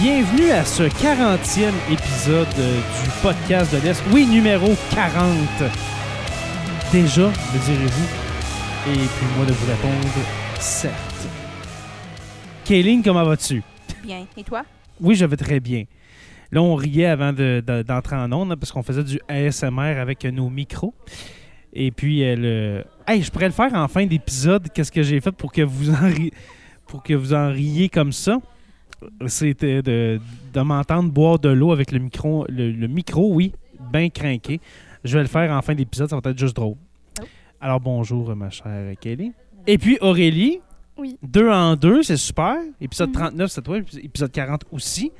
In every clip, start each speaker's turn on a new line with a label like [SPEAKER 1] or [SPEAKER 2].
[SPEAKER 1] Bienvenue à ce 40e épisode euh, du podcast de l'Est. Oui, numéro 40. Déjà, me direz-vous. Et puis moi de vous répondre, certes. Kayleen, comment vas-tu?
[SPEAKER 2] Bien. Et toi?
[SPEAKER 1] Oui, je vais très bien. Là, on riait avant de- de- d'entrer en onde hein, parce qu'on faisait du ASMR avec euh, nos micros. Et puis, elle, euh, hey, je pourrais le faire en fin d'épisode. Qu'est-ce que j'ai fait pour que vous en, ri- pour que vous en riez comme ça? C'était de, de m'entendre boire de l'eau avec le micro, le, le micro, oui, bien craqué. Je vais le faire en fin d'épisode, ça va être juste drôle.
[SPEAKER 2] Oh.
[SPEAKER 1] Alors, bonjour, euh, ma chère Kelly. Et puis, Aurélie.
[SPEAKER 3] Oui.
[SPEAKER 1] Deux en deux, c'est super. Épisode
[SPEAKER 3] Mhm.
[SPEAKER 1] 39, c'est toi. Épis- Épisode 40 aussi.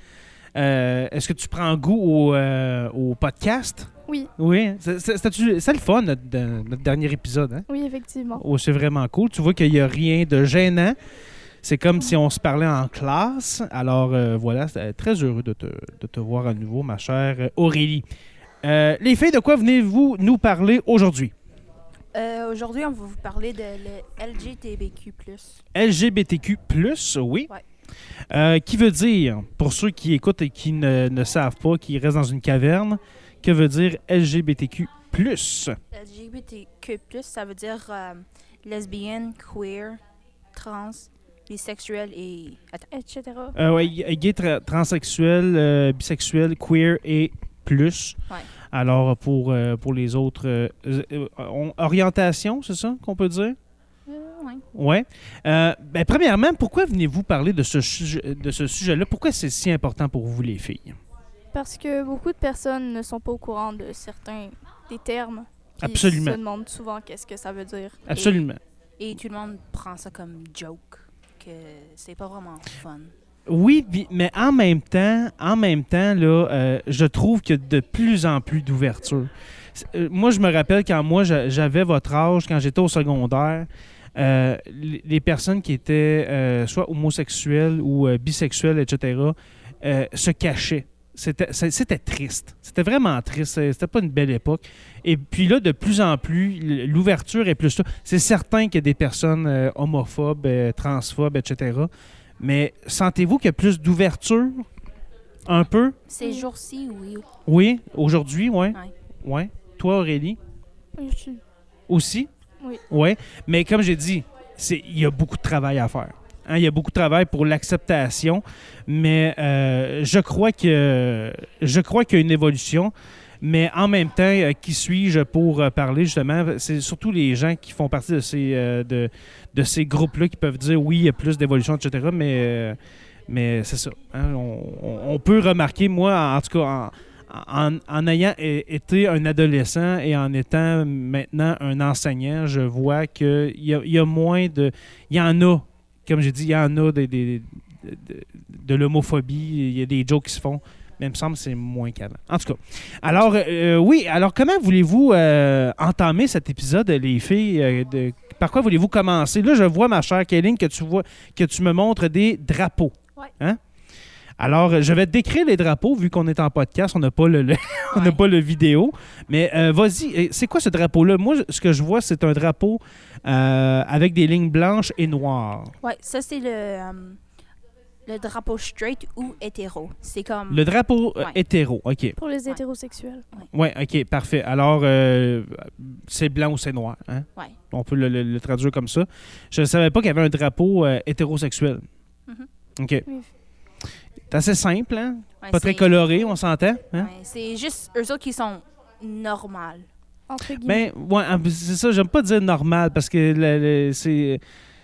[SPEAKER 1] Euh, Est-ce que tu prends goût au, euh, au podcast?
[SPEAKER 3] Oui.
[SPEAKER 1] Oui. hein. C'est- c'est- C'était c'est le fun, notre, de- notre dernier épisode. Hein?
[SPEAKER 3] Oui, effectivement.
[SPEAKER 1] Oh, c'est vraiment cool. Tu vois qu'il n'y a rien de gênant. C'est comme si on se parlait en classe. Alors euh, voilà, c'est, euh, très heureux de te, de te voir à nouveau, ma chère euh, Aurélie. Euh, les filles, de quoi venez-vous nous parler aujourd'hui?
[SPEAKER 2] Euh, Aujourd'hui, on va vous parler de le LGTBQ.
[SPEAKER 1] LGBTQ, oui.
[SPEAKER 2] Ouais.
[SPEAKER 1] Euh, qui veut dire, pour ceux qui écoutent et qui ne, ne savent pas, qui restent dans une caverne, que veut dire LGBTQ?
[SPEAKER 2] LGBTQ, ça veut dire euh, lesbienne, queer, trans, bisexuel et. Attends.
[SPEAKER 3] Etc.
[SPEAKER 1] Euh, ouais, y- gay, tra- transsexuel, euh, bisexuel, queer et plus.
[SPEAKER 2] Ouais.
[SPEAKER 1] Alors pour, euh, pour les autres, euh, euh, euh, on- orientation, c'est ça qu'on peut dire?
[SPEAKER 2] Euh, ouais.
[SPEAKER 1] Ouais. Euh, ben, premièrement, pourquoi venez-vous parler de ce, sujet- de ce sujet-là? Pourquoi c'est si important pour vous, les filles?
[SPEAKER 3] Parce que beaucoup de personnes ne sont pas au courant de certains des termes. puis
[SPEAKER 1] Absolument.
[SPEAKER 3] se demandent souvent qu'est-ce que ça veut dire.
[SPEAKER 1] Absolument.
[SPEAKER 2] Et tout le monde prend ça comme joke, que c'est pas vraiment fun.
[SPEAKER 1] Oui, puis- mais en même temps, en même temps là, euh, je trouve qu'il y a de plus en plus d'ouverture. C'est- euh, moi, je me rappelle quand moi j'a- j'avais votre âge, quand j'étais au secondaire, euh, les les personnes qui étaient euh, soit homosexuelles ou euh, bisexuelles, etc., euh, se cachaient. C'était c'est- c'était triste. C'était vraiment triste. C'est- C'était pas une belle époque. Et puis là, de plus en plus, l- l'ouverture est plus là. C'est certain qu'il y a des personnes euh, homophobes, euh, transphobes, etc. Mais sentez-vous qu'il y a plus d'ouverture? Un peu?
[SPEAKER 2] Ces
[SPEAKER 3] Mm.
[SPEAKER 2] jours-ci, oui.
[SPEAKER 1] Oui. Aujourd'hui, oui.
[SPEAKER 2] Ouais.
[SPEAKER 1] Ouais. Toi, Aurélie,
[SPEAKER 3] Oui, je suis-
[SPEAKER 1] aussi?
[SPEAKER 3] Oui.
[SPEAKER 1] Ouais. Mais comme j'ai dit, c'est- il y a beaucoup de travail à faire. Hein, il y a beaucoup de travail pour l'acceptation, mais euh, je crois que je crois qu'il y a une évolution. Mais en même temps, euh, qui suis-je pour euh, parler justement? C'est surtout les gens qui font partie de ces, euh, de, de ces groupes-là qui peuvent dire oui, il y a plus d'évolution, etc. Mais, euh, mais c'est ça. hein, on, on- on peut remarquer, moi, en, en tout cas, en, en- en ayant é- été un adolescent et en étant maintenant un enseignant, je vois qu'il y, a- il y a moins de. Il y en a, comme j'ai dit, il y en a des, des- de, de- de l'homophobie, il y a des jokes qui se font. Mais il me semble que c'est moins qu'avant. En tout cas. Alors, euh, oui, alors comment voulez-vous euh, entamer cet épisode, les filles? euh, de- par quoi voulez-vous commencer? Là, je vois, ma chère Kéline, que tu, vois, que tu me montres des drapeaux.
[SPEAKER 2] Ouais.
[SPEAKER 1] Hein? Alors, euh, je vais décrire les drapeaux, vu qu'on est en podcast, on n'a pas le, le- on n'a
[SPEAKER 2] Ouais.
[SPEAKER 1] pas le vidéo. Mais euh, vas-y, euh, c'est quoi ce drapeau-là? Moi, ce que je vois, c'est un drapeau euh, avec des lignes blanches et noires.
[SPEAKER 2] Ouais, ça, c'est le, euh, le drapeau straight ou hétéro. C'est comme.
[SPEAKER 1] Le drapeau euh,
[SPEAKER 2] Ouais.
[SPEAKER 1] hétéro, OK.
[SPEAKER 3] Pour les
[SPEAKER 2] Ouais.
[SPEAKER 3] hétérosexuels.
[SPEAKER 1] Oui, OK, parfait. Alors, euh, c'est blanc ou c'est noir, hein?
[SPEAKER 2] Ouais.
[SPEAKER 1] On peut le, le- le traduire comme ça. Je ne savais pas qu'il y avait un drapeau euh, hétérosexuel.
[SPEAKER 2] Mhm.
[SPEAKER 1] OK.
[SPEAKER 3] Oui.
[SPEAKER 1] C'est assez simple, hein?
[SPEAKER 2] Ouais,
[SPEAKER 1] Pas très
[SPEAKER 2] c'est-
[SPEAKER 1] coloré, on s'entend? Hein?
[SPEAKER 2] ouais, c'est juste eux autres qui sont normales.
[SPEAKER 3] Entre guillemets.
[SPEAKER 1] Ben, ouais, en plus, c'est ça, j'aime pas dire normal parce que le- le- c'est,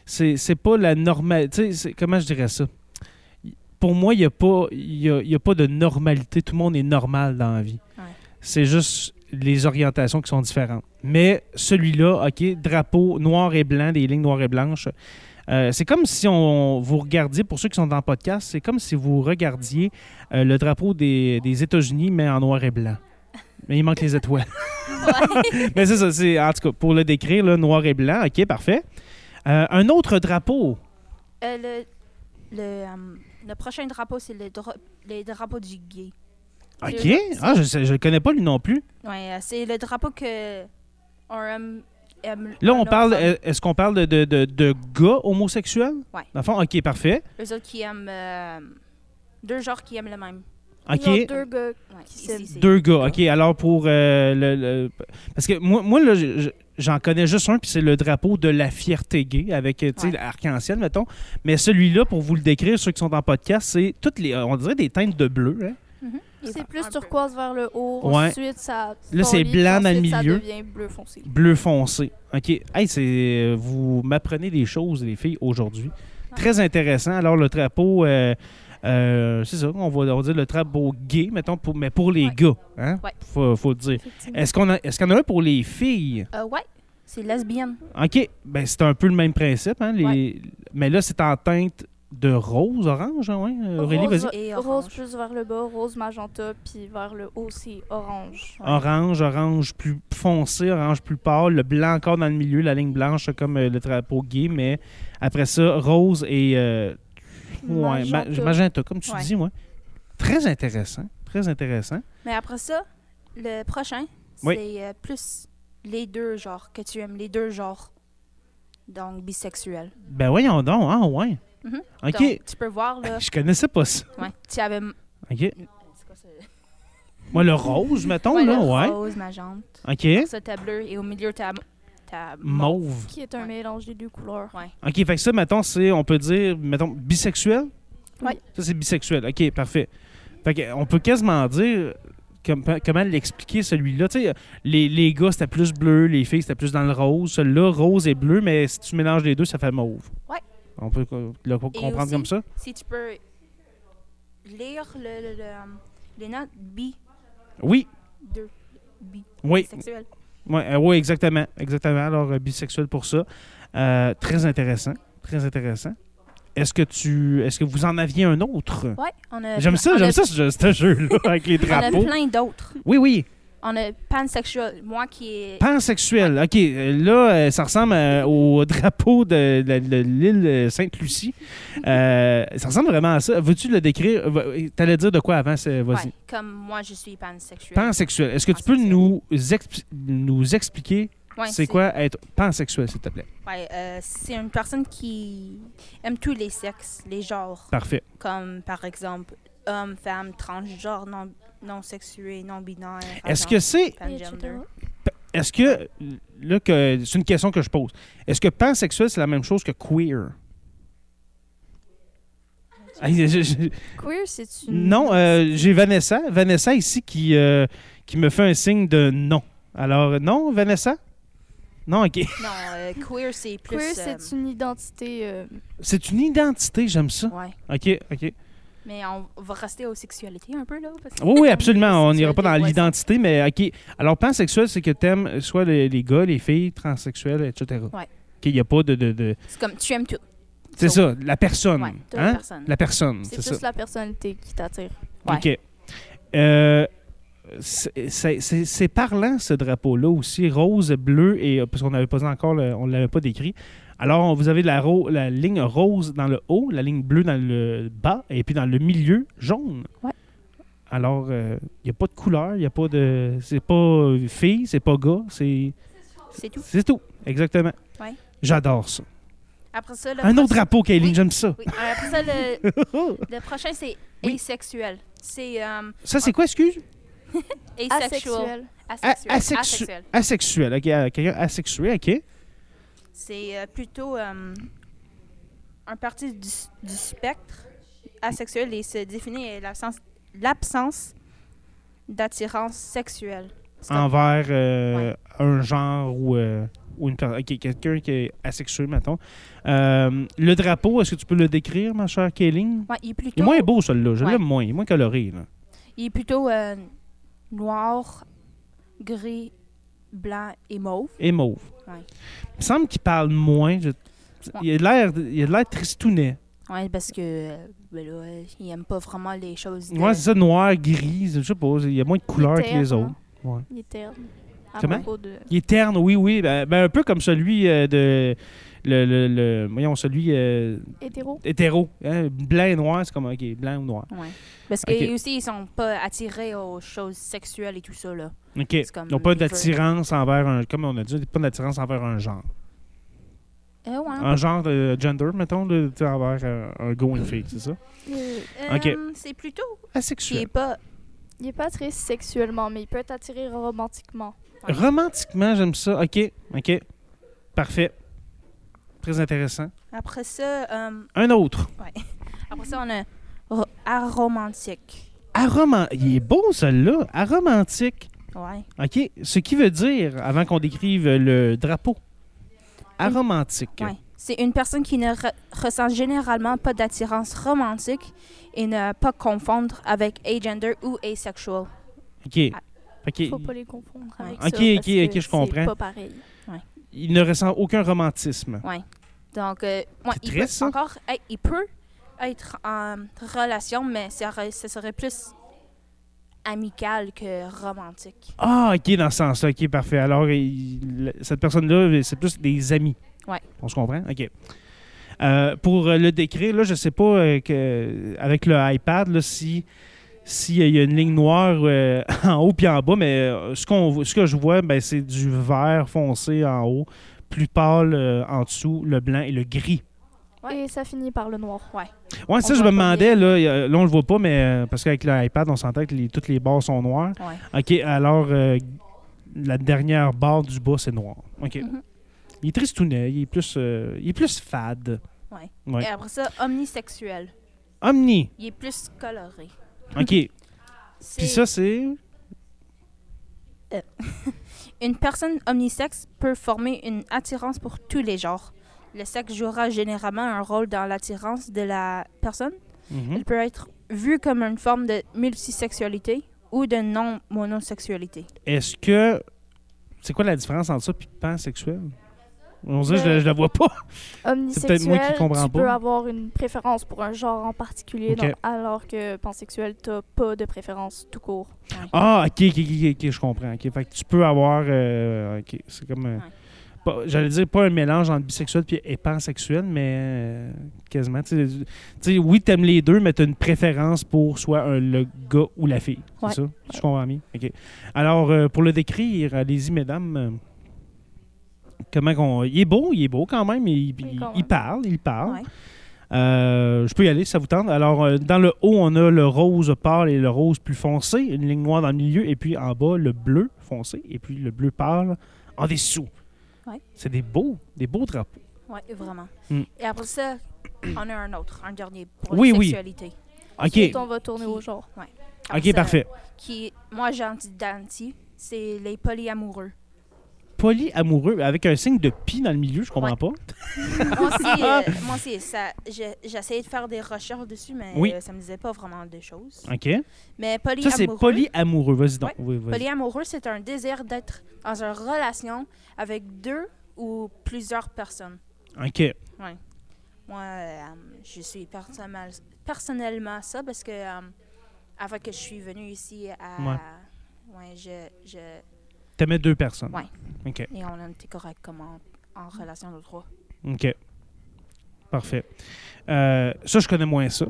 [SPEAKER 1] c'est, c'est pas la normale. Tu sais, c'est- comment je dirais ça? Pour moi, il n'y a, pas- y a, y a pas de normalité. Tout le monde est normal dans la vie.
[SPEAKER 2] Ouais.
[SPEAKER 1] C'est juste les orientations qui sont différentes. Mais celui-là, OK, drapeau noir et blanc, des lignes noires et blanches. euh, c'est comme si on vous regardiez, pour ceux qui sont dans le podcast, c'est comme si vous regardiez euh, le drapeau des, des États-Unis, mais en noir et blanc. Mais il manque les étoiles. Mais Ben, c'est ça, c'est en tout cas pour le décrire, là, noir et blanc, ok, parfait. Euh, un autre drapeau,
[SPEAKER 2] Euh, le, le, euh, le prochain drapeau, c'est le, dra- le drapeau du gay.
[SPEAKER 1] ok.
[SPEAKER 2] Euh,
[SPEAKER 1] Ah, je sais- je le connais pas lui non plus.
[SPEAKER 2] Ouais, euh, c'est le drapeau que un homme aime.
[SPEAKER 1] Là,
[SPEAKER 2] un
[SPEAKER 1] on
[SPEAKER 2] autre
[SPEAKER 1] parle,
[SPEAKER 2] homme.
[SPEAKER 1] euh, est-ce qu'on parle de, de, de, de gars homosexuels?
[SPEAKER 2] Ouais.
[SPEAKER 1] Dans le fond, ok, parfait.
[SPEAKER 2] Eux autres qui aiment euh, Deux genres qui aiment le même.
[SPEAKER 1] OK.
[SPEAKER 3] Ils ont deux gars.
[SPEAKER 2] Ouais,
[SPEAKER 3] Qui
[SPEAKER 2] ici,
[SPEAKER 3] s'aiment.
[SPEAKER 2] c'est-
[SPEAKER 1] Deux gars, ok. Alors pour euh, le, le- parce que moi, moi là, je- je- j'en connais juste un, puis c'est le drapeau de la fierté gay avec euh, tu sais,
[SPEAKER 2] Ouais.
[SPEAKER 1] arc-en-ciel, mettons. Mais celui-là, pour vous le décrire, ceux qui sont en podcast, c'est toutes les, on dirait des teintes de bleu. hein.
[SPEAKER 3] Mhm. C'est plus
[SPEAKER 2] Un peu.
[SPEAKER 3] turquoise vers le haut.
[SPEAKER 1] Ouais.
[SPEAKER 3] Ensuite, ça.
[SPEAKER 1] Là, c'est
[SPEAKER 3] pâlit,
[SPEAKER 1] blanc dans le
[SPEAKER 3] ensuite, Ça
[SPEAKER 1] milieu.
[SPEAKER 3] devient bleu foncé.
[SPEAKER 1] bleu foncé. OK. Hey, c'est euh, vous m'apprenez des choses les filles aujourd'hui. Très intéressant. Alors le drapeau euh, euh, c'est ça, on va, on va dire le drapeau gay mettons pour mais pour les
[SPEAKER 2] Ouais.
[SPEAKER 1] gars, hein?
[SPEAKER 2] Ouais.
[SPEAKER 1] Faut, faut le dire. Est-ce qu'on a est-ce qu'on a un pour les filles
[SPEAKER 2] Euh, ouais, c'est lesbienne.
[SPEAKER 1] OK, ben c'est un peu le même principe hein, les-
[SPEAKER 2] Ouais.
[SPEAKER 1] mais là c'est en teinte de rose orange hein, ouais. Aurélie
[SPEAKER 3] Rose,
[SPEAKER 1] vas-y.
[SPEAKER 2] Et
[SPEAKER 3] Rose
[SPEAKER 2] orange.
[SPEAKER 3] plus vers le bas, rose magenta, puis vers le haut, c'est orange.
[SPEAKER 1] Orange, orange plus foncé, orange plus pâle, le blanc encore dans le milieu, la ligne blanche comme euh, le drapeau gay, mais après ça, rose et euh, ouais, ma-
[SPEAKER 3] Magenta.
[SPEAKER 1] magenta, comme tu
[SPEAKER 2] Ouais.
[SPEAKER 1] dis, moi. Très intéressant, très intéressant.
[SPEAKER 2] Mais après ça, le prochain,
[SPEAKER 1] Oui.
[SPEAKER 2] c'est euh, plus les deux genres, que tu aimes les deux genres. Donc, bisexuel.
[SPEAKER 1] Ben voyons donc, ah ouais.
[SPEAKER 2] Mhm.
[SPEAKER 1] OK, Ben,
[SPEAKER 2] Donc, euh, tu peux voir, là,
[SPEAKER 1] je connaissais pas ça.
[SPEAKER 2] ouais, tu avais...
[SPEAKER 1] OK.
[SPEAKER 2] C'est quoi ça?
[SPEAKER 1] Moi, le rose, mettons,
[SPEAKER 2] Ouais,
[SPEAKER 1] Oh, là,
[SPEAKER 2] le
[SPEAKER 1] ouais.
[SPEAKER 2] rose, magente.
[SPEAKER 1] OK,
[SPEAKER 2] Ça, t'as bleu, et au milieu, t'as... t'as
[SPEAKER 1] mauve.
[SPEAKER 3] Qui est un
[SPEAKER 2] Ouais.
[SPEAKER 3] mélange des deux couleurs.
[SPEAKER 2] Ouais.
[SPEAKER 1] OK, fait que ça, mettons, c'est, on peut dire, mettons, bisexuel?
[SPEAKER 3] Ouais.
[SPEAKER 1] Ça, c'est bisexuel. OK, parfait. Fait que, euh, on peut quasiment dire comme- comment l'expliquer, celui-là. Tu sais, les, les gars, c'était plus bleu, les filles, c'était plus dans le rose. Celui-là, rose et bleu, mais si tu mélanges les deux, ça fait mauve.
[SPEAKER 2] Ouais.
[SPEAKER 1] On peut co- le co-
[SPEAKER 2] Et
[SPEAKER 1] comprendre
[SPEAKER 2] aussi-
[SPEAKER 1] comme ça?
[SPEAKER 2] Si tu peux lire le, le- le, euh, les notes bi,
[SPEAKER 1] Oui,
[SPEAKER 2] deux, bi,
[SPEAKER 1] oui.
[SPEAKER 2] sexuel.
[SPEAKER 1] Ouais, euh, oui, exactement. Exactement. Alors, euh, bisexuel pour ça. Euh, très intéressant. Très intéressant. Est-ce que tu. Est-ce que vous en aviez un autre?
[SPEAKER 2] Ouais, on a...
[SPEAKER 1] J'aime ça,
[SPEAKER 2] on
[SPEAKER 1] j'aime
[SPEAKER 2] a-
[SPEAKER 1] ça, ce jeu- ce jeu-là, avec les
[SPEAKER 2] On a
[SPEAKER 1] drapeaux.
[SPEAKER 2] plein d'autres.
[SPEAKER 1] Oui, oui.
[SPEAKER 2] On a pansexuel, moi qui est...
[SPEAKER 1] Pansexuel. OK. euh, Là, euh, ça ressemble euh, au drapeau de, la- de l'île euh, Sainte-Lucie.
[SPEAKER 2] Mhm.
[SPEAKER 1] Euh, ça ressemble vraiment à ça. Veux-tu le décrire? Va- T'allais dire de quoi avant? c'est- Vas-y.
[SPEAKER 2] Ouais, comme moi, je suis pansexuel.
[SPEAKER 1] Pansexuel. Est-ce que tu peux
[SPEAKER 2] Pansexuel.
[SPEAKER 1] nous, expli- nous expliquer
[SPEAKER 2] Ouais,
[SPEAKER 1] c'est quoi être pansexuel, s'il te plaît?
[SPEAKER 2] ouais, euh, c'est une personne qui aime tous les sexes, les genres,
[SPEAKER 1] Parfait.
[SPEAKER 2] comme par exemple homme, femme, transgenre, non, non sexué, non binaire.
[SPEAKER 1] Est-ce
[SPEAKER 2] agent,
[SPEAKER 1] que c'est...
[SPEAKER 2] transgender.
[SPEAKER 1] Est-ce que... Là, que, c'est une question que je pose. Est-ce que pansexuel, c'est la même chose que queer? Ah, je- je-
[SPEAKER 3] Queer, c'est une.
[SPEAKER 1] Non, euh, j'ai Vanessa. Vanessa ici qui, euh, qui me fait un signe de non. Alors, euh, non, Vanessa? Non, OK.
[SPEAKER 2] Non, euh, queer c'est plus.
[SPEAKER 3] Queer,
[SPEAKER 2] euh,
[SPEAKER 3] c'est une identité. euh,
[SPEAKER 1] C'est une identité, j'aime ça.
[SPEAKER 2] ouais.
[SPEAKER 1] OK, OK.
[SPEAKER 2] Mais on va rester aux sexualités un peu là. Parce que
[SPEAKER 1] Oui, oui, absolument. On n'ira pas dans
[SPEAKER 2] Ouais,
[SPEAKER 1] l'identité, mais OK. Alors, pansexuel, c'est que t'aimes soit les, les gars, les filles, transsexuels, etc.
[SPEAKER 2] Ouais.
[SPEAKER 1] OK, il n'y a pas de... de- de-
[SPEAKER 2] C'est comme tu aimes tout.
[SPEAKER 1] C'est
[SPEAKER 2] So-
[SPEAKER 1] ça, la personne.
[SPEAKER 2] Ouais, t'as
[SPEAKER 1] hein?
[SPEAKER 2] une personne.
[SPEAKER 1] La personne,
[SPEAKER 3] C'est
[SPEAKER 1] c'est
[SPEAKER 3] plus
[SPEAKER 1] ça.
[SPEAKER 3] la personnalité qui t'attire.
[SPEAKER 2] Ouais.
[SPEAKER 1] OK. Euh, c'est- c'est c'est- c'est parlant, ce drapeau-là aussi, rose, bleu, et euh, parce qu'on n'avait pas encore, le- on l'avait pas décrit. Alors, on- vous avez la, ro- la ligne rose dans le haut, la ligne bleue dans le bas, et puis dans le milieu, jaune.
[SPEAKER 3] Ouais.
[SPEAKER 1] Alors, euh, il n'y a pas de couleur, il n'y a pas de... C'est pas euh, fille, c'est pas gars, c'est
[SPEAKER 2] C'est tout.
[SPEAKER 1] c'est tout, exactement.
[SPEAKER 2] Ouais.
[SPEAKER 1] J'adore ça.
[SPEAKER 2] Après ça, le
[SPEAKER 1] Un autre
[SPEAKER 2] prochain-
[SPEAKER 1] drapeau, Kayleen,
[SPEAKER 2] Oui.
[SPEAKER 1] j'aime ça.
[SPEAKER 2] Oui, euh, après ça, le, le prochain c'est asexuel. C'est euh,
[SPEAKER 1] Ça, c'est quoi, excuse?
[SPEAKER 2] asexual.
[SPEAKER 3] Asexuel.
[SPEAKER 2] Asexuel.
[SPEAKER 1] asexu-
[SPEAKER 2] Asexuel.
[SPEAKER 1] Asexuel. OK, euh, quelqu'un asexué, OK.
[SPEAKER 2] C'est euh, plutôt euh, un parti du, du spectre asexuel et se définit l'absence, l'absence d'attirance sexuelle. C'est comme-
[SPEAKER 1] envers euh, un genre ou, euh, ou une personne. Ok, quelqu'un qui est asexué, mettons. Euh, le drapeau, est-ce que tu peux le décrire, ma chère Kéline?
[SPEAKER 2] Ouais,
[SPEAKER 1] Il
[SPEAKER 2] il est
[SPEAKER 1] est
[SPEAKER 2] plutôt,
[SPEAKER 1] moins beau, celui-là. Je
[SPEAKER 2] Ouais.
[SPEAKER 1] l'aime moins. Il est moins coloré. Là.
[SPEAKER 2] il est plutôt euh, noir, gris, blanc et mauve.
[SPEAKER 1] Et mauve.
[SPEAKER 2] Ouais.
[SPEAKER 1] Il me semble qu'il parle moins. Je- Il a de l'air- il a de l'air tristounet.
[SPEAKER 2] Oui, parce que euh, ben là, euh, il aime pas vraiment les choses. de-
[SPEAKER 1] Ouais, c'est ça, noir, gris, je sais pas. Il y a moins de couleurs que les
[SPEAKER 3] terne,
[SPEAKER 1] autres.
[SPEAKER 3] hein.
[SPEAKER 1] Ouais.
[SPEAKER 3] Il est terne. À
[SPEAKER 1] Comment?
[SPEAKER 3] propos de.
[SPEAKER 1] Il est terne, oui, oui. Ben, ben, un peu comme celui euh, de. Le, le, le- voyons, celui euh,
[SPEAKER 3] Hétéro.
[SPEAKER 1] hétéro. hein, Blanc et noir, c'est comme. Ok, blanc ou noir.
[SPEAKER 2] Ouais. Parce
[SPEAKER 1] Ok.
[SPEAKER 2] que aussi ils sont pas attirés aux choses sexuelles et tout ça là.
[SPEAKER 1] OK.
[SPEAKER 2] C'est comme
[SPEAKER 1] Ils n'ont pas
[SPEAKER 2] les
[SPEAKER 1] d'attirance envers un. Comme on a dit, pas d'attirance envers un genre.
[SPEAKER 2] Euh, ouais.
[SPEAKER 1] Un genre de gender, mettons, là, tu sais, envers euh, un gars ou une fille, c'est ça?
[SPEAKER 2] Euh,
[SPEAKER 1] Ah, ok.
[SPEAKER 2] C'est plutôt qui est
[SPEAKER 1] Asexuel.
[SPEAKER 2] pas.
[SPEAKER 3] Il est pas attiré sexuellement, mais il peut être attiré romantiquement.
[SPEAKER 1] Romantiquement, j'aime ça. OK, OK. Parfait. Très intéressant.
[SPEAKER 2] Après ça, euh,
[SPEAKER 1] Un autre.
[SPEAKER 2] après ça on a ro- aromantique.
[SPEAKER 1] Aromant... Il est beau, celui-là. Aromantique.
[SPEAKER 2] Ouais.
[SPEAKER 1] OK. Ce qui veut dire, avant qu'on décrive le drapeau, aromantique.
[SPEAKER 2] ouais. C'est une personne qui ne re- ressent généralement pas d'attirance romantique et ne pas confondre avec agender ou asexual. Ah,
[SPEAKER 1] OK. OK. Ah.
[SPEAKER 3] Faut pas les confondre avec
[SPEAKER 1] Ok,
[SPEAKER 3] ça.
[SPEAKER 1] ok,
[SPEAKER 3] parce que
[SPEAKER 1] ok, je
[SPEAKER 3] c'est
[SPEAKER 1] comprends.
[SPEAKER 3] pas pareil.
[SPEAKER 1] Il ne ressent aucun romantisme.
[SPEAKER 2] Donc, euh, ouais,
[SPEAKER 1] C'est
[SPEAKER 2] il,
[SPEAKER 1] triste,
[SPEAKER 2] peut
[SPEAKER 1] ça.
[SPEAKER 2] encore, être- il peut être en relation, mais ça, aurait- ça serait plus amical que romantique.
[SPEAKER 1] Ah, OK, dans ce sens-là. OK, parfait. Alors, il- cette personne-là, c'est plus des amis.
[SPEAKER 2] Ouais.
[SPEAKER 1] On se comprend? OK. Euh, pour euh, le décrire, là, je sais pas euh, que, avec le iPad, là, si s'il y a une ligne noire euh, en haut puis en bas, mais euh, ce, qu'on, vo- ce que je vois, ben, c'est du vert foncé en haut, plus pâle euh, en dessous, le blanc et le gris.
[SPEAKER 3] Et ça finit par le noir.
[SPEAKER 2] Ouais.
[SPEAKER 1] Ouais, ça,
[SPEAKER 2] On
[SPEAKER 1] je me
[SPEAKER 2] voit pas
[SPEAKER 1] demandais, là, y a- là, on le voit pas, mais euh, parce qu'avec le iPad, on s'entend que les- toutes les barres sont noires.
[SPEAKER 2] Ouais.
[SPEAKER 1] OK, alors euh, la dernière barre du bas, c'est noir. OK.
[SPEAKER 2] Mhm.
[SPEAKER 1] Il est tristounet, il est plus, euh, il est plus fade.
[SPEAKER 2] Ouais.
[SPEAKER 1] Ouais.
[SPEAKER 2] Et après ça, omnisexuel.
[SPEAKER 1] Omni,
[SPEAKER 2] Il est plus coloré.
[SPEAKER 1] OK.
[SPEAKER 2] C'est-
[SPEAKER 1] Puis ça, c'est...
[SPEAKER 2] Une personne omnisexe peut former une attirance pour tous les genres. Le sexe jouera généralement un rôle dans l'attirance de la personne.
[SPEAKER 1] Mhm.
[SPEAKER 2] Elle peut être vue comme une forme de multisexualité ou de non-monosexualité.
[SPEAKER 1] Est-ce que... C'est quoi la différence entre ça et pansexuel? On dirait que je, le- je la vois pas.
[SPEAKER 3] Omnisexuel,
[SPEAKER 1] peut-être moi qui comprends
[SPEAKER 3] tu peux
[SPEAKER 1] pas.
[SPEAKER 3] avoir une préférence pour un genre en particulier,
[SPEAKER 1] Ok.
[SPEAKER 3] donc- alors que pansexuel, t'as pas de préférence tout court.
[SPEAKER 1] Ah, OK, OK, OK, ok, je comprends. OK, fait que tu peux avoir... euh, OK, c'est comme... euh,
[SPEAKER 2] Ouais.
[SPEAKER 1] pas- J'allais dire pas un mélange entre bisexuel puis- et pansexuel, mais euh, quasiment. Tu sais, tu sais, oui, t'aimes les deux, mais t'as une préférence pour soit un- le gars ou la fille.
[SPEAKER 2] Ouais.
[SPEAKER 1] C'est ça? Je comprends bien. OK. Alors, euh, pour le décrire, allez-y, mesdames. euh, Comment qu'on. Il est beau, il est beau quand même. Il, il-
[SPEAKER 3] quand même.
[SPEAKER 1] il parle, il parle.
[SPEAKER 2] hein? Ouais.
[SPEAKER 1] Euh, je peux y aller si ça vous tente. Alors, euh, dans le haut, on a le rose pâle et le rose plus foncé, une ligne noire dans le milieu, et puis en bas, le bleu foncé, et puis le bleu pâle en dessous.
[SPEAKER 2] Ouais.
[SPEAKER 1] C'est des beaux, des beaux drapeaux.
[SPEAKER 2] Oui, vraiment.
[SPEAKER 1] Mm.
[SPEAKER 2] Et après ça, on a un autre, un dernier pour
[SPEAKER 1] Oui,
[SPEAKER 2] la
[SPEAKER 1] oui.
[SPEAKER 2] sexualité.
[SPEAKER 1] OK,
[SPEAKER 3] Ensuite, on va tourner au genre.
[SPEAKER 2] Après
[SPEAKER 1] OK,
[SPEAKER 2] ça,
[SPEAKER 1] parfait.
[SPEAKER 2] Qui, moi, j'anti-danti, c'est les polyamoureux.
[SPEAKER 1] Polyamoureux, avec un signe de pi dans le milieu, je comprends
[SPEAKER 2] Ouais.
[SPEAKER 1] pas.
[SPEAKER 2] moi aussi, euh, moi aussi, ça, j'ai- j'essayais de faire des recherches dessus, mais
[SPEAKER 1] Oui.
[SPEAKER 2] euh, ça me disait pas vraiment de choses.
[SPEAKER 1] OK.
[SPEAKER 2] Mais
[SPEAKER 1] Ça, c'est
[SPEAKER 2] polyamoureux.
[SPEAKER 1] polyamoureux. Vas-y donc.
[SPEAKER 2] Ouais.
[SPEAKER 1] Oui, vas-y.
[SPEAKER 2] Polyamoureux, c'est un désir d'être dans une relation avec deux ou plusieurs personnes.
[SPEAKER 1] OK.
[SPEAKER 2] Moi, euh, je suis personnel- personnellement ça parce que euh, avant que je suis venue ici à. ouais, je, je-
[SPEAKER 1] T'aimais deux personnes.
[SPEAKER 2] Ouais.
[SPEAKER 1] OK.
[SPEAKER 2] Et on était correct comme en, en relation de trois.
[SPEAKER 1] OK. Parfait. Euh, ça, je connais moins ça.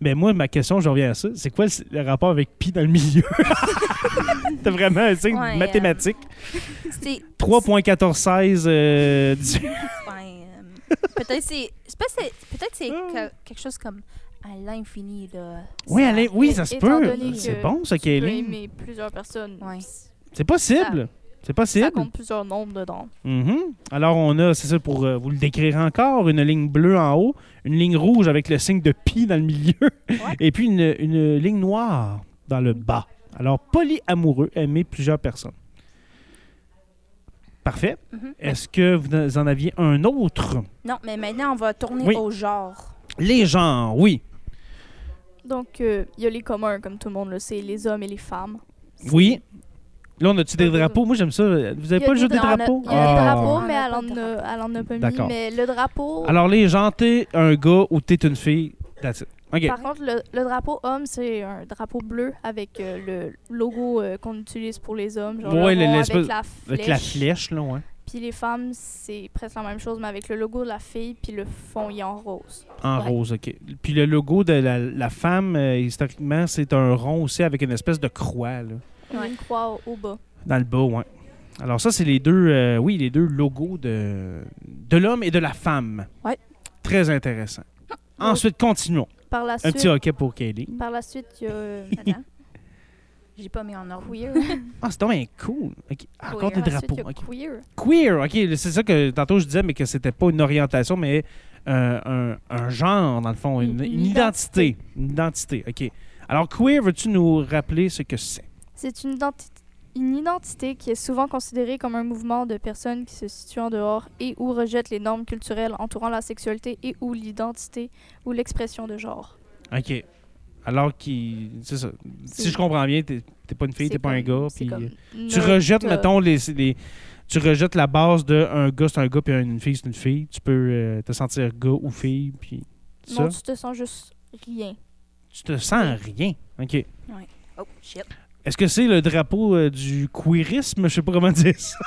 [SPEAKER 1] Mais moi, ma question, je reviens à ça. C'est quoi le, le rapport avec pi dans le milieu? T'as vraiment un signe
[SPEAKER 2] Ouais,
[SPEAKER 1] mathématique.
[SPEAKER 3] euh,
[SPEAKER 2] C'est.
[SPEAKER 1] 3.1416. euh, du-
[SPEAKER 2] ouais, euh, peut-être c'est. c'est pas c'est- Peut-être c'est que- quelque chose comme à l'infini, là.
[SPEAKER 1] Hmm. oui,
[SPEAKER 2] Ça-
[SPEAKER 1] Alain, oui, ça se
[SPEAKER 3] étant
[SPEAKER 1] peut.
[SPEAKER 3] donné
[SPEAKER 1] C'est
[SPEAKER 3] que
[SPEAKER 1] bon, ça,
[SPEAKER 3] Tu peux
[SPEAKER 1] Kaylin.
[SPEAKER 3] aimer plusieurs personnes.
[SPEAKER 2] Ouais.
[SPEAKER 1] C'est possible. C'est
[SPEAKER 3] Ça
[SPEAKER 1] possible.
[SPEAKER 3] compte plusieurs nombres dedans.
[SPEAKER 1] Mhm. Alors, on a, c'est ça pour euh, vous le décrire encore, une ligne bleue en haut, une ligne rouge avec le signe de pi dans le milieu, et puis une, une ligne noire dans le bas. Alors, polyamoureux, aimer plusieurs personnes. Parfait.
[SPEAKER 3] Mm-hmm.
[SPEAKER 2] Mhm.
[SPEAKER 1] Est-ce que vous en aviez un autre?
[SPEAKER 2] Non, mais maintenant, on va tourner
[SPEAKER 1] Oui.
[SPEAKER 2] au genre.
[SPEAKER 1] Les genres, oui.
[SPEAKER 3] Donc, euh, il y a les communs, comme tout le monde le sait, les hommes et les femmes.
[SPEAKER 1] Oui. Là, on a-tu des drapeaux? Moi, j'aime ça. Vous
[SPEAKER 3] Il y
[SPEAKER 1] avez
[SPEAKER 3] a
[SPEAKER 1] pas le jeu
[SPEAKER 3] des
[SPEAKER 1] des
[SPEAKER 3] dra-
[SPEAKER 1] drapeaux?
[SPEAKER 3] Il y a le
[SPEAKER 1] Ah.
[SPEAKER 3] drapeau, mais
[SPEAKER 2] On a
[SPEAKER 3] elle
[SPEAKER 2] pas
[SPEAKER 3] en,
[SPEAKER 2] de
[SPEAKER 3] a, elle en a pas mis.
[SPEAKER 1] D'accord.
[SPEAKER 3] Mais le drapeau,
[SPEAKER 1] Alors, les gens, t'es un gars ou t'es une fille. That's it. OK.
[SPEAKER 3] par contre, le, le drapeau homme, c'est un drapeau bleu avec euh, le logo euh, qu'on utilise pour les hommes. Genre
[SPEAKER 1] Ouais,
[SPEAKER 3] le rond
[SPEAKER 1] l'espèce-
[SPEAKER 3] avec la
[SPEAKER 1] Avec la
[SPEAKER 3] flèche.
[SPEAKER 1] flèche, là, ouais.
[SPEAKER 3] Puis les femmes, c'est presque la même chose, mais avec le logo de la fille, puis le fond, il est en rose.
[SPEAKER 1] En
[SPEAKER 3] Ouais.
[SPEAKER 1] rose, OK. Puis le logo de la, la femme, euh, historiquement, c'est un rond aussi avec une espèce de croix là,
[SPEAKER 3] Une croix au bas.
[SPEAKER 1] dans le bas, ouais. Alors ça, c'est les deux, euh, oui, les deux logos de, de l'homme et de la femme.
[SPEAKER 3] Ouais. Ah.
[SPEAKER 1] Très intéressant. Ensuite, continuons.
[SPEAKER 3] Par la
[SPEAKER 1] Un
[SPEAKER 3] suite,
[SPEAKER 1] petit hockey pour Kaylee.
[SPEAKER 3] par la suite, il y a euh,
[SPEAKER 2] Attends. J'ai pas mis en ordre.
[SPEAKER 3] queer.
[SPEAKER 1] Ah, c'est donc bien cool. Ok, Ah, Encore des
[SPEAKER 3] Queer. Ensuite,
[SPEAKER 1] drapeaux.
[SPEAKER 3] il y a
[SPEAKER 1] ok.
[SPEAKER 3] queer.
[SPEAKER 1] Queer, ok, c'est ça que tantôt je disais, mais que c'était pas une orientation, mais euh, un, un genre, dans le fond, une,
[SPEAKER 3] Une- une
[SPEAKER 1] une identité. Une identité, ok. Alors, queer, veux-tu nous rappeler ce que c'est?
[SPEAKER 3] C'est une, identi- une identité qui est souvent considérée comme un mouvement de personnes qui se situent en dehors et ou rejettent les normes culturelles entourant la sexualité et ou l'identité ou l'expression de genre.
[SPEAKER 1] Ok. Alors, qui, c'est ça. Si
[SPEAKER 3] C'est-
[SPEAKER 1] je comprends bien, t'es t'es pas une fille,
[SPEAKER 3] C'est
[SPEAKER 1] t'es pas un
[SPEAKER 3] comme-
[SPEAKER 1] gars,
[SPEAKER 3] c'est
[SPEAKER 1] puis euh,
[SPEAKER 3] comme
[SPEAKER 1] tu
[SPEAKER 3] neutre,
[SPEAKER 1] rejettes,
[SPEAKER 3] euh,
[SPEAKER 1] mettons, les, les- tu rejettes la base de un gars, c'est un gars, puis une fille, c'est une fille. Tu peux euh, te sentir gars ou fille, puis ça.
[SPEAKER 3] Non, tu te sens juste rien.
[SPEAKER 1] Tu te sens rien. OK.
[SPEAKER 2] Oh, shit.
[SPEAKER 1] Est-ce que c'est le drapeau euh, du queerisme? Je sais pas comment dire ça.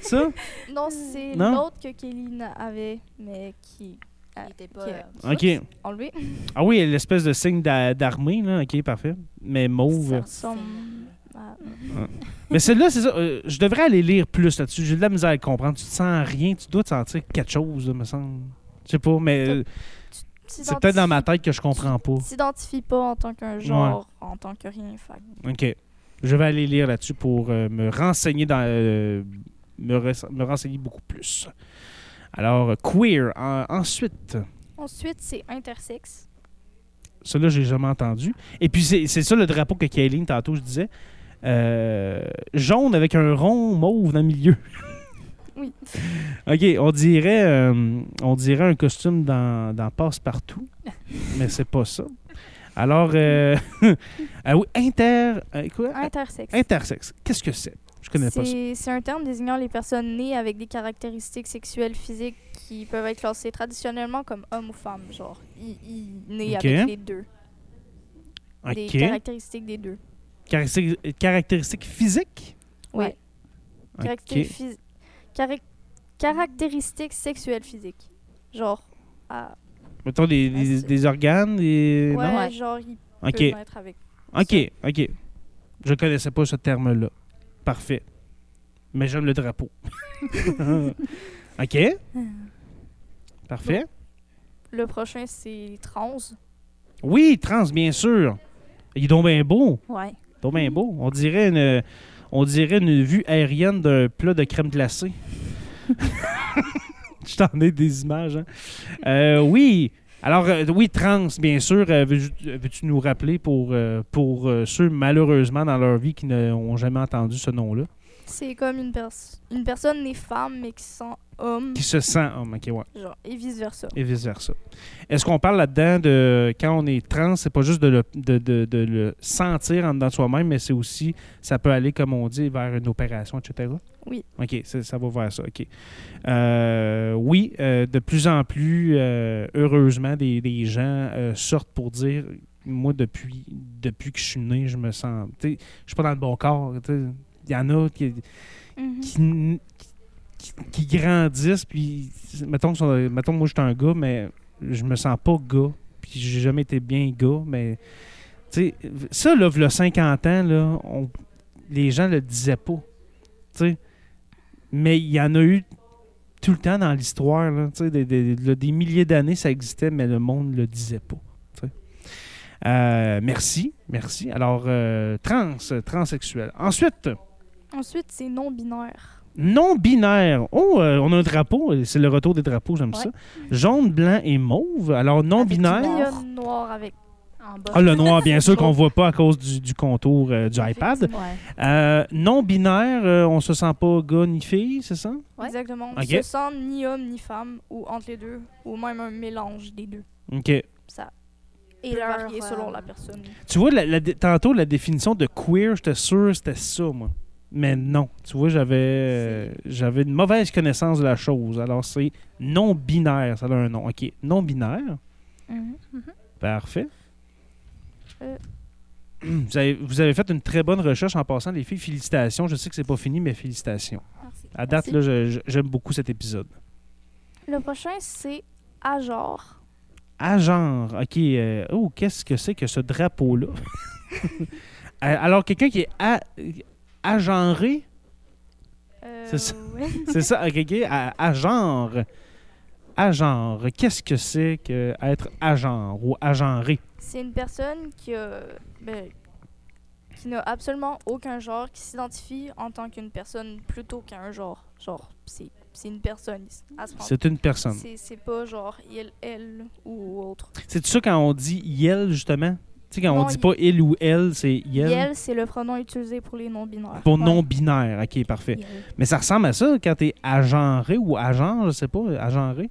[SPEAKER 1] ça?
[SPEAKER 3] Non, c'est
[SPEAKER 1] Non?
[SPEAKER 3] l'autre que Kéline avait, mais qui
[SPEAKER 2] Il était pas...
[SPEAKER 3] Ok.
[SPEAKER 2] euh,
[SPEAKER 1] OK.
[SPEAKER 3] enlevé.
[SPEAKER 1] Ah oui, l'espèce de signe d'a- d'armée, là. OK, parfait. Mais
[SPEAKER 3] Ça
[SPEAKER 1] mauve.
[SPEAKER 3] ressemble à-
[SPEAKER 1] Mais celle-là, c'est ça. euh, je devrais aller lire plus là-dessus. J'ai de la misère à le comprendre. Tu te sens rien. Tu dois te sentir quelque chose, là, me semble. Je sais pas, mais euh, c'est peut-être dans ma tête que je comprends pas.
[SPEAKER 3] T'identifies pas en tant qu'un genre, en tant que rien. Fait. que
[SPEAKER 1] OK. Je vais aller lire là-dessus pour euh, me renseigner dans euh, me, res- me renseigner beaucoup plus. Alors, euh, queer. en- ensuite,
[SPEAKER 3] Ensuite, c'est intersexe.
[SPEAKER 1] celui-là, j'ai jamais entendu. Et puis, c'est c'est ça le drapeau que Kayleen, tantôt, je disais. Euh, jaune avec un rond mauve dans le milieu.
[SPEAKER 3] Oui.
[SPEAKER 1] OK, on dirait, euh, on dirait un costume dans, dans Passe-Partout, mais c'est pas ça. Alors, euh, ah oui, inter... euh, quoi?
[SPEAKER 3] Intersexe.
[SPEAKER 1] Intersexe. Qu'est-ce que c'est? Je connais pas ça.
[SPEAKER 3] C'est c'est un terme désignant les personnes nées avec des caractéristiques sexuelles physiques qui peuvent être classées traditionnellement comme hommes ou femmes, genre ils ils nés
[SPEAKER 1] Ok.
[SPEAKER 3] avec les deux, des
[SPEAKER 1] OK.
[SPEAKER 3] caractéristiques des deux.
[SPEAKER 1] Caractéristique- Caractéristiques physiques?
[SPEAKER 3] Ouais.
[SPEAKER 1] OK.
[SPEAKER 3] Caractéri- phys- carac- caractéristiques sexuelles physiques. Genre, ah,
[SPEAKER 1] Mettons des, des, des organes, des...
[SPEAKER 3] ouais,
[SPEAKER 1] non?
[SPEAKER 2] non?
[SPEAKER 3] genre, il
[SPEAKER 1] OK.
[SPEAKER 3] peut naître avec.
[SPEAKER 1] OK, OK. Je connaissais pas ce terme-là. Parfait. Mais j'aime le drapeau. OK. Parfait.
[SPEAKER 3] Le prochain, c'est trans.
[SPEAKER 1] Oui, trans, bien sûr. Il est donc bien beau.
[SPEAKER 2] Ouais.
[SPEAKER 1] donc bien beau. On dirait une, on dirait une vue aérienne d'un plat de crème glacée. Je t'en ai des images. hein. Euh, oui. Alors, euh, oui, trans, bien sûr. Euh, veux-tu veux-tu nous rappeler pour, euh, pour euh, ceux, malheureusement, dans leur vie qui n'ont jamais entendu ce nom-là,
[SPEAKER 3] C'est comme une, pers- une personne née femme mais qui sent homme,
[SPEAKER 1] qui se sent homme, ok, ouais,
[SPEAKER 3] genre, et vice-versa.
[SPEAKER 1] et vice-versa. Est-ce qu'on parle là-dedans de quand on est trans, c'est pas juste de le, de, de- de le sentir en dedans de soi-même, mais c'est aussi, ça peut aller, comme on dit, vers une opération, etc.?
[SPEAKER 3] Oui.
[SPEAKER 1] OK, ça, ça va vers ça, OK. Euh, oui, euh, de plus en plus, euh, heureusement, des, des gens euh, sortent pour dire Moi, depuis, depuis que je suis né, je me sens. tu sais, Je suis pas dans le bon corps. tu sais. Il y en a qui,
[SPEAKER 3] Mhm.
[SPEAKER 1] qui, n- qui- qui grandissent, puis mettons, que sont- mettons que moi, je suis un gars, mais je me sens pas gars, puis j'ai jamais été bien gars, mais tu sais, ça, là, le 50 ans, là, on- les gens le disaient pas, tu sais, mais il y en a eu tout le temps dans l'histoire, là, tu sais, des, des- des- des milliers d'années, ça existait, mais le monde le disait pas. tu sais. Euh, merci, merci. Alors, euh, trans, transsexuel. Ensuite,
[SPEAKER 3] Ensuite, c'est non-binaire.
[SPEAKER 1] non binaire. Oh, euh, on a un drapeau. C'est le retour des drapeaux, j'aime
[SPEAKER 3] Ouais.
[SPEAKER 1] ça. Jaune, blanc et mauve. Alors, non
[SPEAKER 2] Avec du
[SPEAKER 1] binaire.
[SPEAKER 3] Il y a
[SPEAKER 2] Noir.
[SPEAKER 3] noir avec.
[SPEAKER 2] En bas.
[SPEAKER 1] Ah, le noir, bien sûr, qu'on voit pas à cause du, du contour euh, du iPad.
[SPEAKER 2] Ouais.
[SPEAKER 1] Euh, non binaire, euh, on se sent pas gars ni fille, c'est ça?
[SPEAKER 2] Ouais.
[SPEAKER 3] Exactement. On
[SPEAKER 1] Ok.
[SPEAKER 3] se sent ni homme ni femme, ou entre les deux, ou même un mélange des deux.
[SPEAKER 1] OK.
[SPEAKER 3] Ça
[SPEAKER 2] Et
[SPEAKER 3] peut
[SPEAKER 2] leur,
[SPEAKER 3] varier selon
[SPEAKER 2] euh,
[SPEAKER 3] la personne.
[SPEAKER 1] Tu vois, la- la dé- tantôt, la définition de queer, j'étais sûr c'était ça, moi. Mais non. Tu vois, j'avais euh, j'avais une mauvaise connaissance de la chose. Alors, c'est non binaire. Ça a un nom. OK. Non binaire.
[SPEAKER 3] mhm,
[SPEAKER 1] Parfait.
[SPEAKER 3] Euh.
[SPEAKER 1] Vous avez, vous avez fait une très bonne recherche en passant, les filles. Félicitations. Je sais que c'est pas fini, mais félicitations.
[SPEAKER 2] Merci.
[SPEAKER 1] À date, là, je- je- j'aime beaucoup cet épisode.
[SPEAKER 3] Le prochain, c'est à genre.
[SPEAKER 1] À genre, OK. euh, oh, qu'est-ce que c'est que ce drapeau-là? Euh, Alors, quelqu'un qui est a- agenré,
[SPEAKER 3] Euh,
[SPEAKER 1] C'est ça.
[SPEAKER 3] ouais.
[SPEAKER 1] C'est ça, ok, ok, à, à genre. À genre, qu'est-ce que c'est que être à genre ou agenré?
[SPEAKER 3] C'est une personne qui a, ben, qui n'a absolument aucun genre, qui s'identifie en tant qu'une personne plutôt qu'un genre. Genre, c'est c'est une personne à ce moment.
[SPEAKER 1] C'est une personne.
[SPEAKER 3] C'est c'est pas genre il, elle ou autre.
[SPEAKER 1] C'est ça quand on dit yel, justement? Tu sais, quand on
[SPEAKER 3] Non,
[SPEAKER 1] dit
[SPEAKER 3] il-
[SPEAKER 1] pas il ou elle, c'est
[SPEAKER 3] Il,
[SPEAKER 1] yel.
[SPEAKER 3] c'est le pronom utilisé pour les non-binaires.
[SPEAKER 1] Pour
[SPEAKER 3] Ouais.
[SPEAKER 1] non-binaire, ok, parfait.
[SPEAKER 3] Il.
[SPEAKER 1] Mais ça ressemble à ça quand t'es agenré ou agent, je sais pas, agenré.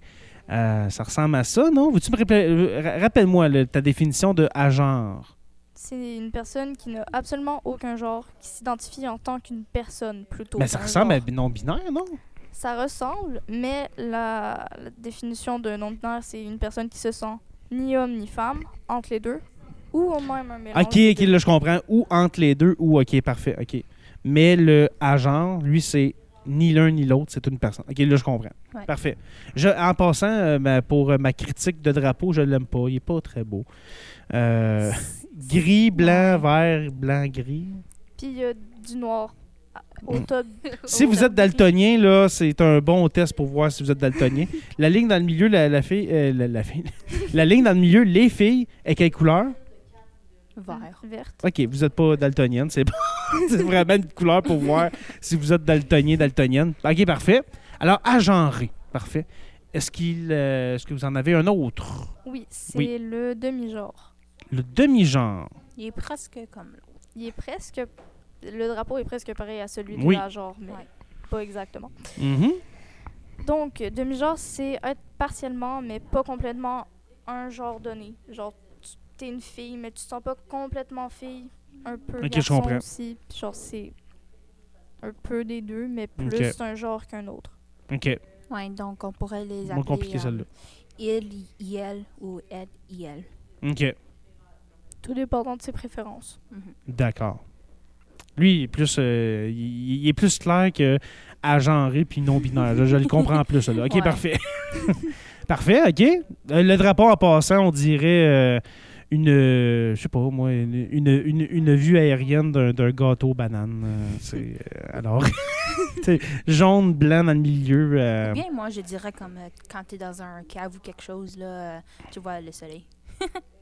[SPEAKER 1] Euh, ça ressemble à ça, non? Veux-tu me rappeler- euh, ra- rappelle-moi le- ta définition de agenre?
[SPEAKER 3] C'est une personne qui n'a absolument aucun genre, qui s'identifie en tant qu'une personne plutôt.
[SPEAKER 1] Mais Ben, ça
[SPEAKER 3] qu'un
[SPEAKER 1] ressemble
[SPEAKER 3] genre.
[SPEAKER 1] à non-binaire, non?
[SPEAKER 3] Ça ressemble, mais la, la définition de non-binaire, c'est une personne qui se sent ni homme ni femme, entre les deux, ou au moins un mélange.
[SPEAKER 1] Ok,
[SPEAKER 3] des
[SPEAKER 1] ok,
[SPEAKER 3] deux.
[SPEAKER 1] là je comprends. Ou entre les deux, ou ok, parfait, ok. Mais le agent, lui, c'est ni l'un ni l'autre, c'est une personne. Ok, là je comprends.
[SPEAKER 2] Ouais.
[SPEAKER 1] Parfait. Je, en passant, euh, ma- pour euh, ma critique de drapeau, je l'aime pas. Il est pas très beau. Euh, gris, blanc, vert, blanc, gris.
[SPEAKER 3] Puis il y a du noir à- au
[SPEAKER 1] Mm.
[SPEAKER 3] top.
[SPEAKER 1] Si vous êtes daltonien, là, c'est un bon test pour voir si vous êtes daltonien. la ligne dans le milieu, la, la fille, euh, la, la fille, la ligne dans le milieu, les filles, est quelle couleur
[SPEAKER 3] Vert. Verte.
[SPEAKER 1] Ok, vous n'êtes pas daltonienne, c'est bon. c'est vraiment une couleur pour voir si vous êtes daltonien, daltonienne. Ok, parfait. Alors, agenré, parfait. Est-ce qu'il, euh, est-ce que vous en avez un autre
[SPEAKER 3] Oui, c'est
[SPEAKER 1] Oui.
[SPEAKER 3] le demi-genre.
[SPEAKER 1] Le demi-genre.
[SPEAKER 2] Il est presque comme l'autre.
[SPEAKER 3] Il est presque. Le drapeau est presque pareil à celui
[SPEAKER 1] Oui.
[SPEAKER 3] de la genre, mais
[SPEAKER 2] Ouais.
[SPEAKER 3] pas exactement.
[SPEAKER 1] Mhm.
[SPEAKER 3] Donc, demi-genre, c'est être partiellement, mais pas complètement un genre donné. Genre, tu t'es une fille, mais tu te sens pas complètement fille. Un peu
[SPEAKER 1] Ok, je
[SPEAKER 3] garçon
[SPEAKER 1] comprends.
[SPEAKER 3] aussi. Puis Genre, c'est un peu des deux, mais plus
[SPEAKER 1] Ok.
[SPEAKER 3] un genre qu'un autre.
[SPEAKER 1] Ok,
[SPEAKER 4] Ouais, donc on pourrait les appeler.
[SPEAKER 1] moins compliqué
[SPEAKER 2] hein.
[SPEAKER 4] euh,
[SPEAKER 1] celle-là.
[SPEAKER 4] Il, il ou elle, il.
[SPEAKER 1] Ok,
[SPEAKER 3] Tout dépendant de ses préférences.
[SPEAKER 1] Euh, d'accord. Lui, il est plus, euh, il, il est plus clair que agenré puis non binaire. je, je le comprends plus. Là. Ok,
[SPEAKER 4] Ouais.
[SPEAKER 1] parfait. parfait. Ok. Euh, Le drapeau en passant, on dirait euh, une, euh, je sais pas moi, une, une, une- une vue aérienne d'un d'un gâteau banane. Euh, C'est euh, alors, c'est jaune blanc dans le milieu. euh,
[SPEAKER 2] Ou bien, moi, je dirais comme euh, quand t'es dans un cave ou quelque chose, là, euh, tu vois le soleil.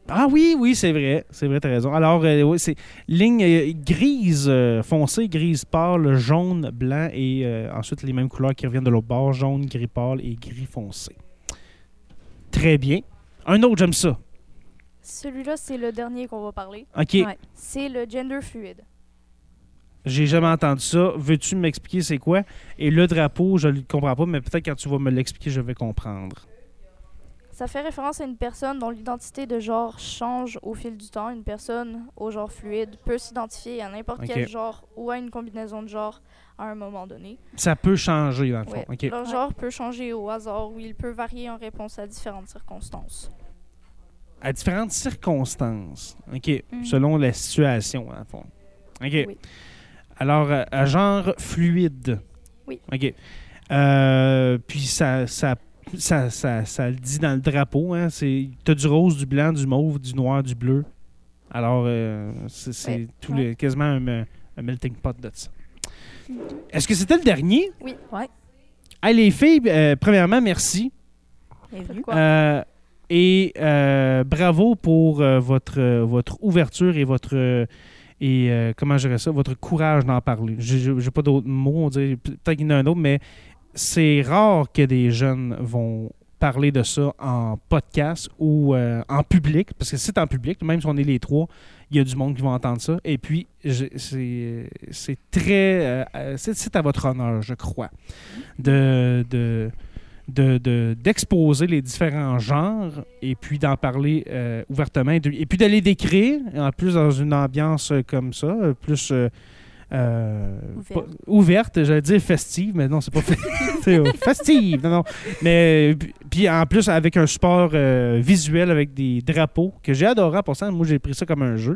[SPEAKER 1] Ah oui, oui, c'est vrai. C'est vrai, t'as raison. Alors, euh, oui, c'est ligne euh, grise euh, foncée, grise pâle, jaune, blanc et euh, ensuite les mêmes couleurs qui reviennent de l'autre bord, jaune, gris pâle et gris foncé. Très bien. Un autre, j'aime ça.
[SPEAKER 3] Celui-là, c'est le dernier qu'on va parler.
[SPEAKER 1] OK.
[SPEAKER 4] Ouais.
[SPEAKER 3] C'est le gender fluide.
[SPEAKER 1] J'ai jamais entendu ça. Veux-tu m'expliquer c'est quoi? Et le drapeau, je le comprends pas, mais peut-être quand tu vas me l'expliquer, je vais comprendre.
[SPEAKER 3] Ça fait référence à une personne dont l'identité de genre change au fil du temps. Une personne au genre fluide peut s'identifier à n'importe
[SPEAKER 1] Ok.
[SPEAKER 3] quel genre ou à une combinaison de genre à un moment donné.
[SPEAKER 1] Ça peut changer, dans le fond.
[SPEAKER 3] Ouais.
[SPEAKER 1] OK.
[SPEAKER 3] Leur genre peut changer au hasard ou il peut varier en réponse à différentes circonstances.
[SPEAKER 1] À différentes circonstances. OK.
[SPEAKER 3] Mhm.
[SPEAKER 1] Selon la situation, en fond. OK.
[SPEAKER 3] Oui.
[SPEAKER 1] Alors, euh, à genre fluide.
[SPEAKER 3] Oui.
[SPEAKER 1] OK. Euh, puis ça, ça, ça, ça, ça le dit dans le drapeau. Hein? c'est- T'as du rose, du blanc, du mauve, du noir, du bleu. Alors, euh, c'est c'est
[SPEAKER 3] Ouais. Mm.
[SPEAKER 1] tout le- quasiment un, me- un melting pot de ça. Est-ce que c'était le dernier?
[SPEAKER 3] Oui.
[SPEAKER 4] Ouais.
[SPEAKER 1] Hey, les filles, euh, premièrement, merci.
[SPEAKER 2] Bienvenue.
[SPEAKER 3] Quoi?
[SPEAKER 1] Euh, et euh, bravo pour euh, votre, euh, votre ouverture et votre euh, et euh, comment je dirais ça, votre courage d'en parler. J'ai- J'ai j'ai pas d'autres mots, on dirait- peut-être qu'il y en a un autre, mais c'est rare que des jeunes vont parler de ça en podcast ou euh, en public, parce que c'est en public, même si on est les trois, il y a du monde qui va entendre ça. Et puis, je- c'est c'est très... euh, euh, c'est c'est à votre honneur, je crois, de... de de- de- d'exposer les différents genres et puis d'en parler euh, ouvertement et, de- et puis d'aller décrire en plus dans une ambiance euh, comme ça euh, plus euh, euh,
[SPEAKER 4] Ouverte.
[SPEAKER 1] pas- ouverte j'allais dire festive mais non c'est pas fe- c'est, euh, festive non, non. mais euh, puis- puis en plus avec un support euh, visuel avec des drapeaux que j'ai adoré pour ça moi j'ai pris ça comme un jeu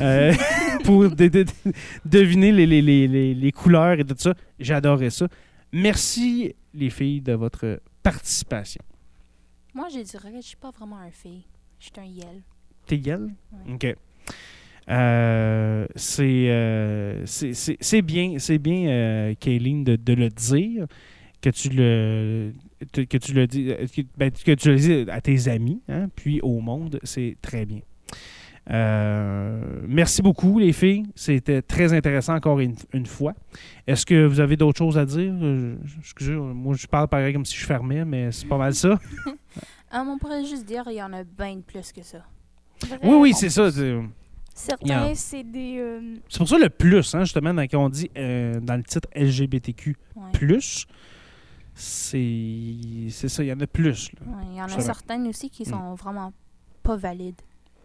[SPEAKER 1] euh, pour de- de- de- deviner les, les- les- les- les couleurs et tout ça j'ai adoré ça merci les filles de votre participation.
[SPEAKER 2] Moi, je dirais que je suis pas vraiment un fille. Je suis un yel.
[SPEAKER 1] T'es gueule?
[SPEAKER 2] Ouais.
[SPEAKER 1] OK. Euh, c'est, euh, c'est- c'est c'est bien, c'est bien euh, Kayleen, de, de le dire, que tu le, te- que tu le dis, euh, que, ben, que tu le dis à tes amis, hein, puis au monde, c'est très bien. Euh, merci beaucoup, les filles. C'était très intéressant encore une, une fois. Est-ce que vous avez d'autres choses à dire? Euh, je- Excusez, moi, je parle pareil comme si je fermais, mais c'est pas mal ça.
[SPEAKER 2] Hum, on pourrait juste dire, il y en a bien de plus que ça.
[SPEAKER 1] Oui, oui,
[SPEAKER 3] Vraiment.
[SPEAKER 1] c'est ça. c'est-
[SPEAKER 3] Certains,
[SPEAKER 1] Yeah.
[SPEAKER 3] c'est des. euh,
[SPEAKER 1] C'est pour ça le plus, hein, justement, dans- quand on dit euh, dans le titre LGBTQ,
[SPEAKER 2] Ouais.
[SPEAKER 1] plus, c'est c'est ça, il y en a plus. là.
[SPEAKER 2] Ouais, Il y en a
[SPEAKER 1] Absolument.
[SPEAKER 2] certaines aussi
[SPEAKER 1] Mm.
[SPEAKER 2] qui sont vraiment pas valides.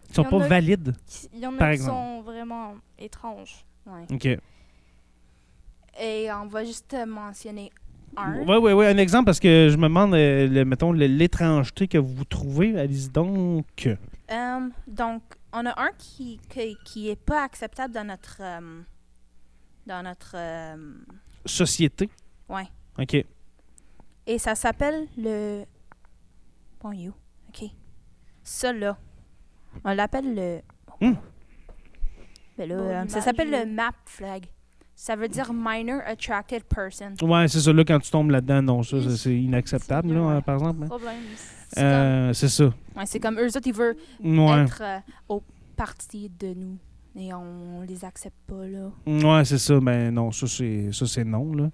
[SPEAKER 1] Ils sont
[SPEAKER 3] Il y en
[SPEAKER 1] pas
[SPEAKER 3] a-
[SPEAKER 1] valides.
[SPEAKER 3] qui- Il y en
[SPEAKER 1] Par
[SPEAKER 3] a qui
[SPEAKER 1] exemple.
[SPEAKER 3] sont vraiment étranges.
[SPEAKER 2] Ouais.
[SPEAKER 1] OK.
[SPEAKER 2] Et on va juste euh, mentionner un.
[SPEAKER 1] Oui, oui, oui, un exemple, parce que je me demande, euh, le- mettons, le- l'étrangeté que vous trouvez, allez donc.
[SPEAKER 2] Hum, donc, on a un qui, qui, qui est pas acceptable dans notre. hum, dans notre. hum,
[SPEAKER 1] Société.
[SPEAKER 2] Ouais.
[SPEAKER 1] OK.
[SPEAKER 2] Et ça s'appelle le. Bon, you. OK. Ça, là. On l'appelle le.
[SPEAKER 1] Hmm.
[SPEAKER 2] Mais là,
[SPEAKER 3] Bon,
[SPEAKER 2] euh, ça
[SPEAKER 3] l'image,
[SPEAKER 2] s'appelle
[SPEAKER 3] euh.
[SPEAKER 2] le MAP flag. Ça veut dire Minor Attracted Person.
[SPEAKER 1] Ouais, c'est ça, là, quand tu tombes là-dedans, non, ça, ça, c'est inacceptable, là,
[SPEAKER 3] Ouais.
[SPEAKER 1] hein, par exemple. hein.
[SPEAKER 3] Problème. c'est
[SPEAKER 1] Euh, c'est ça.
[SPEAKER 2] Ouais, c'est comme eux autres, ils veulent
[SPEAKER 1] Ouais.
[SPEAKER 2] être euh, au parti de nous. Et on les accepte pas, là.
[SPEAKER 1] Ouais, c'est ça. Ben non, ça, c'est ça, c'est non, là.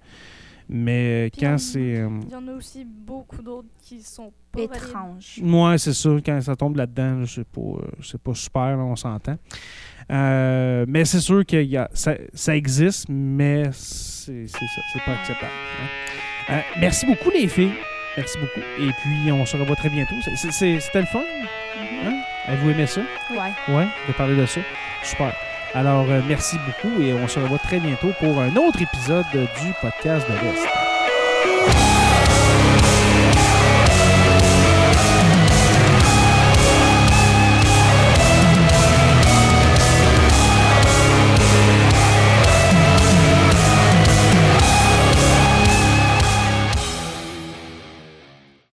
[SPEAKER 1] Mais
[SPEAKER 3] Puis
[SPEAKER 1] quand
[SPEAKER 3] on-
[SPEAKER 1] c'est. euh,
[SPEAKER 3] comme- Il y en a aussi beaucoup d'autres qui sont pas valides.
[SPEAKER 2] Étrange.
[SPEAKER 1] Ouais, c'est ça. Quand ça tombe là-dedans, là, c'est pas, euh, c'est pas super, là, on s'entend. Euh, mais c'est sûr que y a- ça, ça existe, mais c'est c'est ça, c'est pas acceptable. hein. Euh, merci beaucoup, les filles. Merci beaucoup. Et puis, on se revoit très bientôt. C'est- c'est- c'est- C'était le fun? Hein? Avez-vous aimé ça?
[SPEAKER 2] Ouais.
[SPEAKER 1] Ouais, de parler de ça. Super. Alors, euh, merci beaucoup et on se revoit très bientôt pour un autre épisode du podcast de l'Est.